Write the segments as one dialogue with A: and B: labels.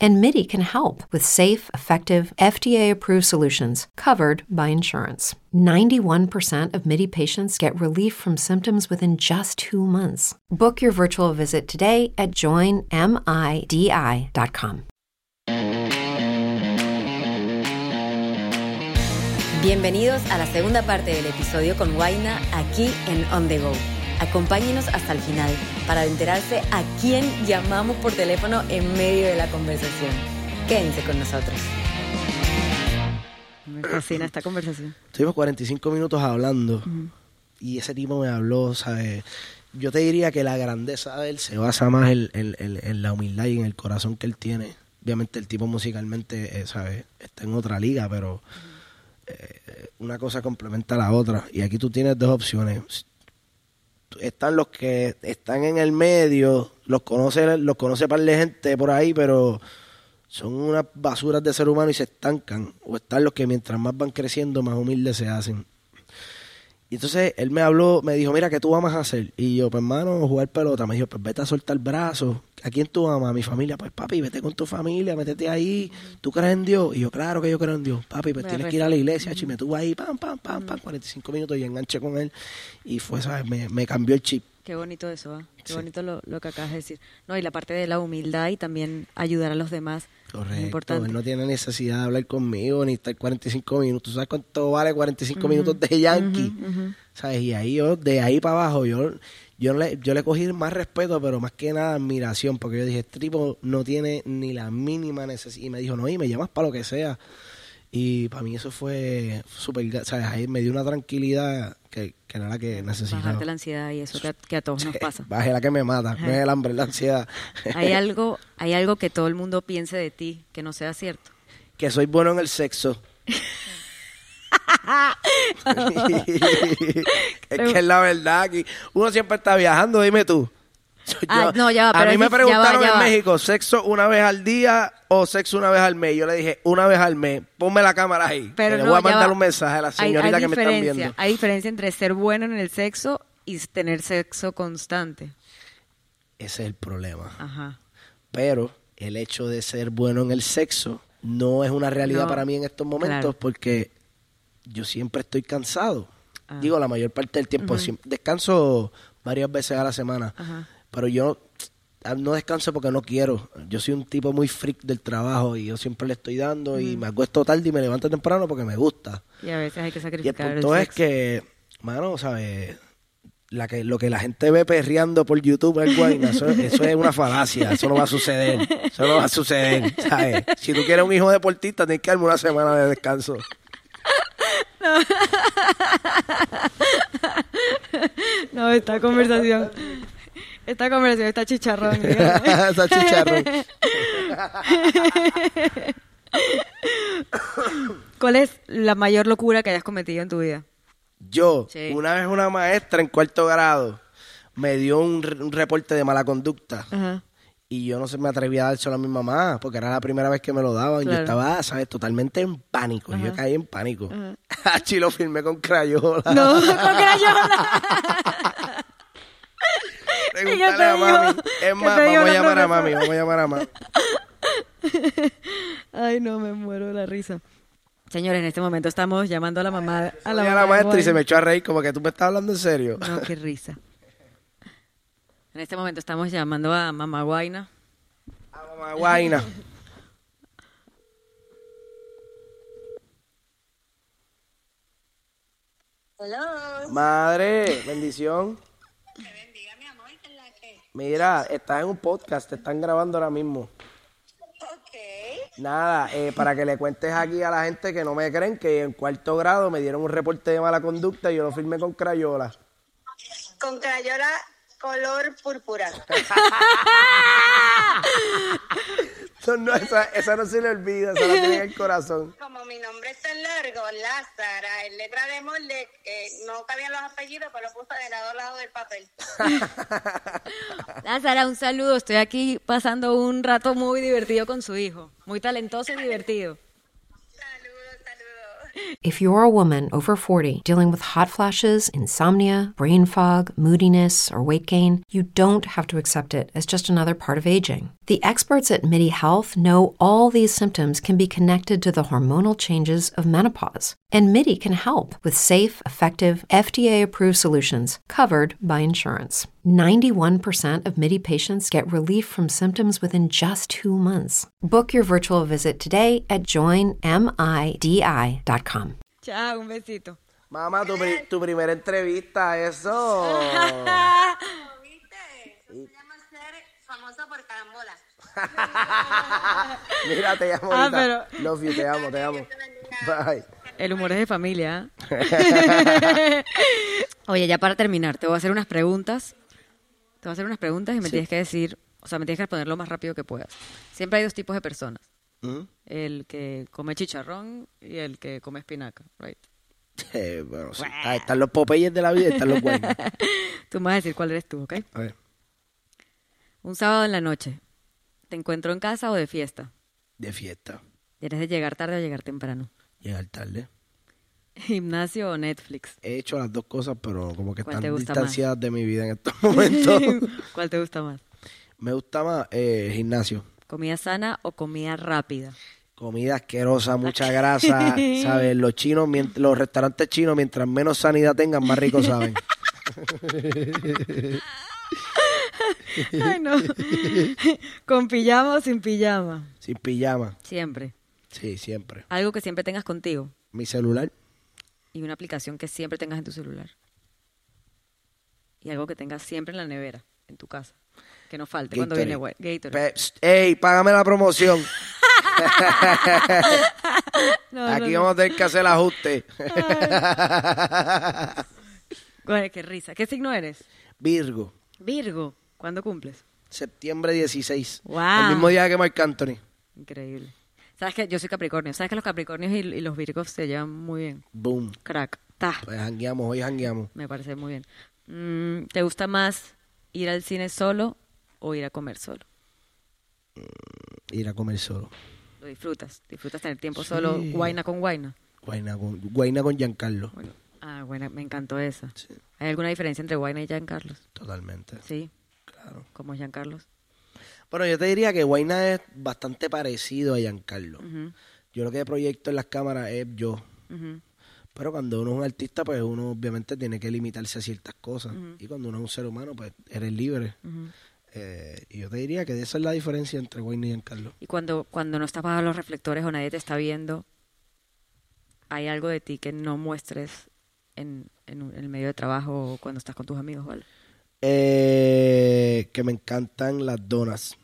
A: and MIDI can help with safe, effective, FDA approved solutions covered by insurance. 91% of MIDI patients get relief from symptoms within just two months. Book your virtual visit today at joinmidi.com.
B: Bienvenidos a la segunda parte del episodio con Waina aquí en On The Go. Acompáñenos hasta el final para enterarse a quién llamamos por teléfono en medio de la conversación. Quédense con nosotros.
C: Me fascina esta conversación.
D: Estuvimos 45 minutos hablando y ese tipo me habló, ¿sabes? Yo te diría que la grandeza de él se basa más en, en- en- en la humildad y en el corazón que él tiene. Obviamente el tipo musicalmente, eh, ¿sabes? Está en otra liga, pero eh, una cosa complementa a la otra. Y aquí tú tienes dos opciones. Están los que están en el medio, los conoce, los conoce par de gente por ahí, pero son unas basuras de ser humano y se estancan. O están los que mientras más van creciendo, más humildes se hacen. Y entonces él me habló, me dijo, mira, ¿qué tú amas a hacer? Y yo, pues hermano, jugar pelota. Me dijo, pues vete a soltar brazos. ¿A quién tú amas? A mi familia. Pues papi, vete con tu familia, métete ahí. ¿Tú crees en Dios? Y yo, claro que yo creo en Dios. Papi, pues
C: Me
D: tienes que ir a la iglesia, chime, tú vas ahí, pam, pam, pam, pam, 45 minutos y enganché con él. Y fue, ¿sabes? Me, me cambió el chip.
C: Qué bonito eso, ¿ah? qué
D: Sí.
C: bonito lo, lo que acabas de decir. No, y la parte de la humildad y también ayudar a los demás. Muy
D: Correcto,
C: Importante.
D: él no tiene necesidad de hablar conmigo ni estar 45 minutos. ¿Tú sabes cuánto vale 45 minutos de Yankee? ¿Sabes? Y ahí yo, de ahí para abajo, yo, yo, no le, yo le cogí más respeto, pero más que nada admiración, porque yo dije, este tipo no tiene ni la mínima necesidad. Y me dijo, no, y me llamas para lo que sea. Y para mí eso fue súper, ga- ¿sabes? Ahí me dio una tranquilidad que, que era la que necesitaba.
C: Bajarte la ansiedad y eso que a, que a todos nos pasa.
D: Baje la que me mata, no es el hambre, es la ansiedad.
C: Hay algo, hay algo que todo el mundo piense de ti que no sea cierto.
D: que soy bueno en el sexo. es que es la verdad aquí. Uno siempre está viajando, dime tú. Yo-
C: Ah, no, ya va,
D: a
C: pero
D: mí
C: es
D: me
C: dif- ya va,
D: preguntaron
C: ya
D: en
C: va.
D: México, ¿sexo una vez al día o sexo una vez al mes? Yo le dije, una vez al mes. Ponme la cámara ahí.
C: Pero
D: que
C: no,
D: le Eh, voy a
C: ya
D: mandar
C: va.
D: un mensaje a la
C: Hay- hay
D: señorita que me están
C: diferencia,
D: viendo.
C: Hay diferencia entre ser bueno en el sexo y tener sexo constante.
D: Ese es el problema.
C: Ajá.
D: pero el hecho de ser bueno en el sexo no es una realidad
C: No,
D: para mí en estos momentos
C: claro.
D: porque yo siempre estoy cansado.
C: Ah.
D: Digo, la mayor parte del tiempo. siem- Descanso varias veces a la semana,
C: Ajá.
D: pero yo no, no descanso porque no quiero. Yo soy un tipo muy freak del trabajo y yo siempre le estoy dando y me acuesto tarde y me levanto temprano porque me gusta.
C: Y a veces hay que
D: Y el
C: sacrificar
D: punto es
C: sexo.
D: que, mano, ¿sabes? La que, lo que la gente ve perreando por YouTube es guayna, eso, eso es una falacia, eso no va a suceder, eso no va a suceder, ¿sabes? Si tú quieres un hijo deportista, tienes que darme una semana de descanso.
C: No, esta conversación. Esta conversación está chicharrón. digamos.
D: Esa chicharrón.
C: ¿Cuál es la mayor locura que hayas cometido en tu vida?
D: Yo,
C: Sí.
D: una vez una maestra en cuarto grado me dio un, re- un reporte de mala conducta.
C: Ajá.
D: Y yo no se me atrevía a dárselo a mi mamá, porque era la primera vez que me lo daban.
C: Claro.
D: Yo estaba, ¿sabes? Totalmente en pánico. Yo caí en pánico. Hachi lo firmé con crayola.
C: No, con crayola.
D: Pregúntale
C: ¿Qué te
D: a mami.
C: digo? ¿Qué
D: Es más,
C: te digo
D: vamos a
C: la
D: llamar a
C: profesora?
D: mami, vamos a llamar a mami.
C: Ay, no, me muero de la risa. Señores, en este momento estamos llamando a la mamá. A la,
D: Llamé a
C: mamá
D: la
C: de
D: maestra y
C: Juan.
D: se me echó a reír como que tú me estás hablando en serio.
C: No, qué risa. En este momento estamos llamando a mamá Guaina.
D: A mamá guaina. Madre, bendición. Mira, estás en un podcast, te están grabando ahora mismo.
E: Ok.
D: Nada, eh, para que le cuentes aquí a la gente que no me creen que en cuarto grado me dieron un reporte de mala conducta y yo lo firmé con crayola.
E: Con crayola color púrpura.
D: No, no, esa, esa no se le olvida, esa la tiene en el corazón.
E: Como mi nombre está en largo, Lázara, en letra de molde, que no cabían los apellidos, pero lo puse de lado a lado del papel.
C: Lázara, Ah, un saludo. Estoy aquí pasando un rato muy divertido con su hijo. Muy talentoso y divertido.
E: Saludos, saludos.
A: If you're a woman over 40 dealing with hot flashes, insomnia, brain fog, moodiness, or weight gain, you don't have to accept it as just another part of aging. The experts at MIDI Health know all these symptoms can be connected to the hormonal changes of menopause, and MIDI can help with safe, effective, FDA approved solutions covered by insurance. 91% of MIDI patients get relief from symptoms within just two months. Book your virtual visit today at joinmidi.com.
B: Chao, un besito.
D: Mamá, tu, pri- tu primera entrevista, eso.
E: ¿Lo viste? Eso se llama ser famoso por carambola.
D: Mira, te llamo
B: Ah,
D: ahorita. Love you, te amo, te amo. Bye.
B: El humor es de familia. ¿eh?
C: ¿eh? Oye, ya para terminar, te voy a hacer unas preguntas. Te voy a hacer unas preguntas y me tienes que decir, o sea, me tienes que responder lo más rápido que puedas. Siempre hay dos tipos de personas.
D: Ujú.
C: El que come chicharrón y el que come espinaca, right?
D: Eh, bueno, sí. Ah, están los popeyes de la vida y están los buenos.
C: Tú me vas a decir cuál eres tú, ¿ok?
D: A ver,
C: Un sábado en la noche. ¿Te encuentro en casa o de fiesta?
D: de fiesta.
C: ¿Eres de llegar tarde o llegar temprano?
D: Llegar tarde.
C: ¿Gimnasio o Netflix?
D: He hecho las dos cosas, pero como que
C: ¿Cuál
D: están
C: te gusta
D: distanciadas de mi vida en estos momentos.
C: ¿Cuál te gusta más?
D: Me gusta más eh, gimnasio.
C: ¿Comida sana o comida rápida?
D: Comida asquerosa, mucha grasa, ¿sabes? Los chinos, mient- los restaurantes chinos, mientras menos sanidad tengan, más ricos saben.
B: Ay, no. ¿Con pijama o sin pijama?
D: Sin pijama.
C: Siempre.
D: Sí, siempre.
C: Algo que siempre tengas contigo
D: Mi celular,
C: y una aplicación que siempre tengas en tu celular. Y algo que tengas siempre en la nevera, en tu casa. Que no falte cuando viene
D: Gatorade.
C: we- Gatorade.
D: Pe- pst, ¡Ey, págame la promoción!
B: No,
D: Aquí vamos a tener que hacer el ajuste.
C: Güey, qué risa. ¿Qué signo eres?
D: Virgo,
C: Virgo. ¿Cuándo cumples?
D: septiembre 16.
C: Wow.
D: El mismo día que Marc Anthony.
C: Increíble. ¿Sabes que Yo soy Capricornio. ¿Sabes que los Capricornios y, y los Virgos se llevan muy bien?
D: Boom.
C: Crack. Ta.
D: Pues jangueamos, hoy jangueamos.
C: Me parece muy bien. Mm, ¿Te gusta más ir al cine solo o ir a comer solo?
D: Ir a comer solo.
C: Lo disfrutas. Disfrutas tener tiempo solo, guaina con guaina.
D: Guaina con, guaina con Giancarlo.
C: Ah, bueno, me encantó esa. ¿Hay alguna diferencia entre guaina y Giancarlos?
D: Totalmente.
C: Sí,
D: Claro.
C: como Giancarlos.
D: Bueno, yo te diría que Guaina es bastante parecido a Giancarlo. Yo lo que proyecto en las cámaras es yo.
C: Ujú.
D: Pero cuando uno es un artista, pues uno obviamente tiene que limitarse a ciertas cosas. Y cuando uno es un ser humano, pues eres libre. Eh, y yo te diría que esa es la diferencia entre Guaina y Giancarlo.
C: Y cuando, cuando no estás bajo los reflectores o nadie te está viendo, hay algo de ti que no muestres en, en un- en el medio de trabajo o cuando estás con tus amigos, ¿vale?
D: Eh, que me encantan las donas.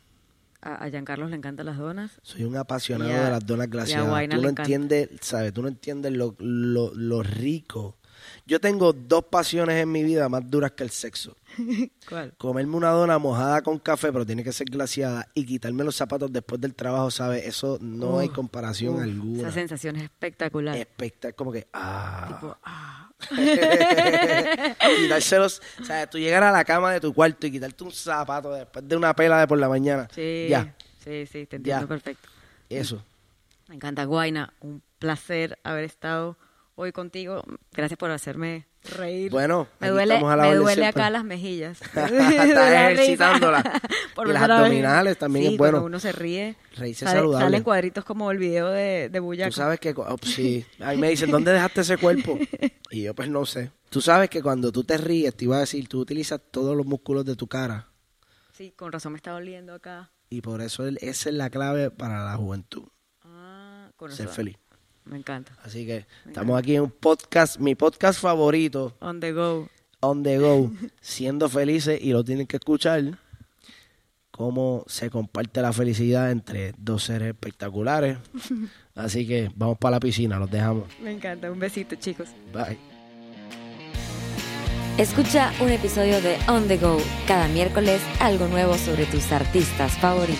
C: A, a Giancarlos le encantan las donas.
D: Soy un apasionado
C: Y a-
D: de las donas
C: y a
D: glaciadas.
C: Guayna
D: Tú
C: le
D: no
C: encanta.
D: entiendes, ¿sabes? Tú no entiendes lo, lo- lo rico. Yo tengo dos pasiones en mi vida más duras que el sexo.
C: ¿Cuál?
D: Comerme una dona mojada con café, pero tiene que ser glaciada, y quitarme los zapatos después del trabajo, ¿sabes? Eso no hay comparación
C: Esa
D: alguna.
C: sensación es espectacular.
D: Eh, Espectacular, como que, ah.
C: Tipo, ah.
D: Quitárselos, ¿sabes? Tú llegar a la cama de tu cuarto y quitarte un zapato después de una pela de por la mañana.
C: Sí,
D: Ya,
C: sí, sí, te entiendo
D: Ya.
C: perfecto.
D: eso.
C: Me encanta, Guaina. Un placer haber estado hoy contigo. Gracias por hacerme reír.
D: Bueno,
C: me
D: aquí
C: duele,
D: estamos a la
C: me
D: orden
C: duele
D: siempre.
C: acá las mejillas.
D: Estás ejercitándola.
C: Por
D: Y las
C: primera vez.
D: abdominales también
C: Sí,
D: es bueno.
C: cuando uno se ríe.
D: Reírse
C: sale-
D: saludable.
C: Salen cuadritos como el video de, de Bullaco.
D: Tú sabes que, cu- oh, sí, ahí me dicen, ¿dónde dejaste ese cuerpo? Y yo, pues no sé. Tú sabes que cuando tú te ríes, te iba a decir, tú utilizas todos los músculos de tu cara.
C: Sí, con razón me está doliendo acá.
D: Y por eso el- esa es la clave para la juventud,
C: Ah, con
D: ser
C: razón.
D: feliz.
C: Me encanta.
D: Así que estamos aquí en un podcast, mi podcast favorito,
C: On the go.
D: On The Go, siendo felices y lo tienen que escuchar, cómo se comparte la felicidad entre dos seres espectaculares. Así que vamos para la piscina, los dejamos.
B: Me encanta. Un besito, chicos.
D: Bye.
C: Escucha un episodio de On the Go. Cada miércoles algo nuevo sobre tus artistas favoritos.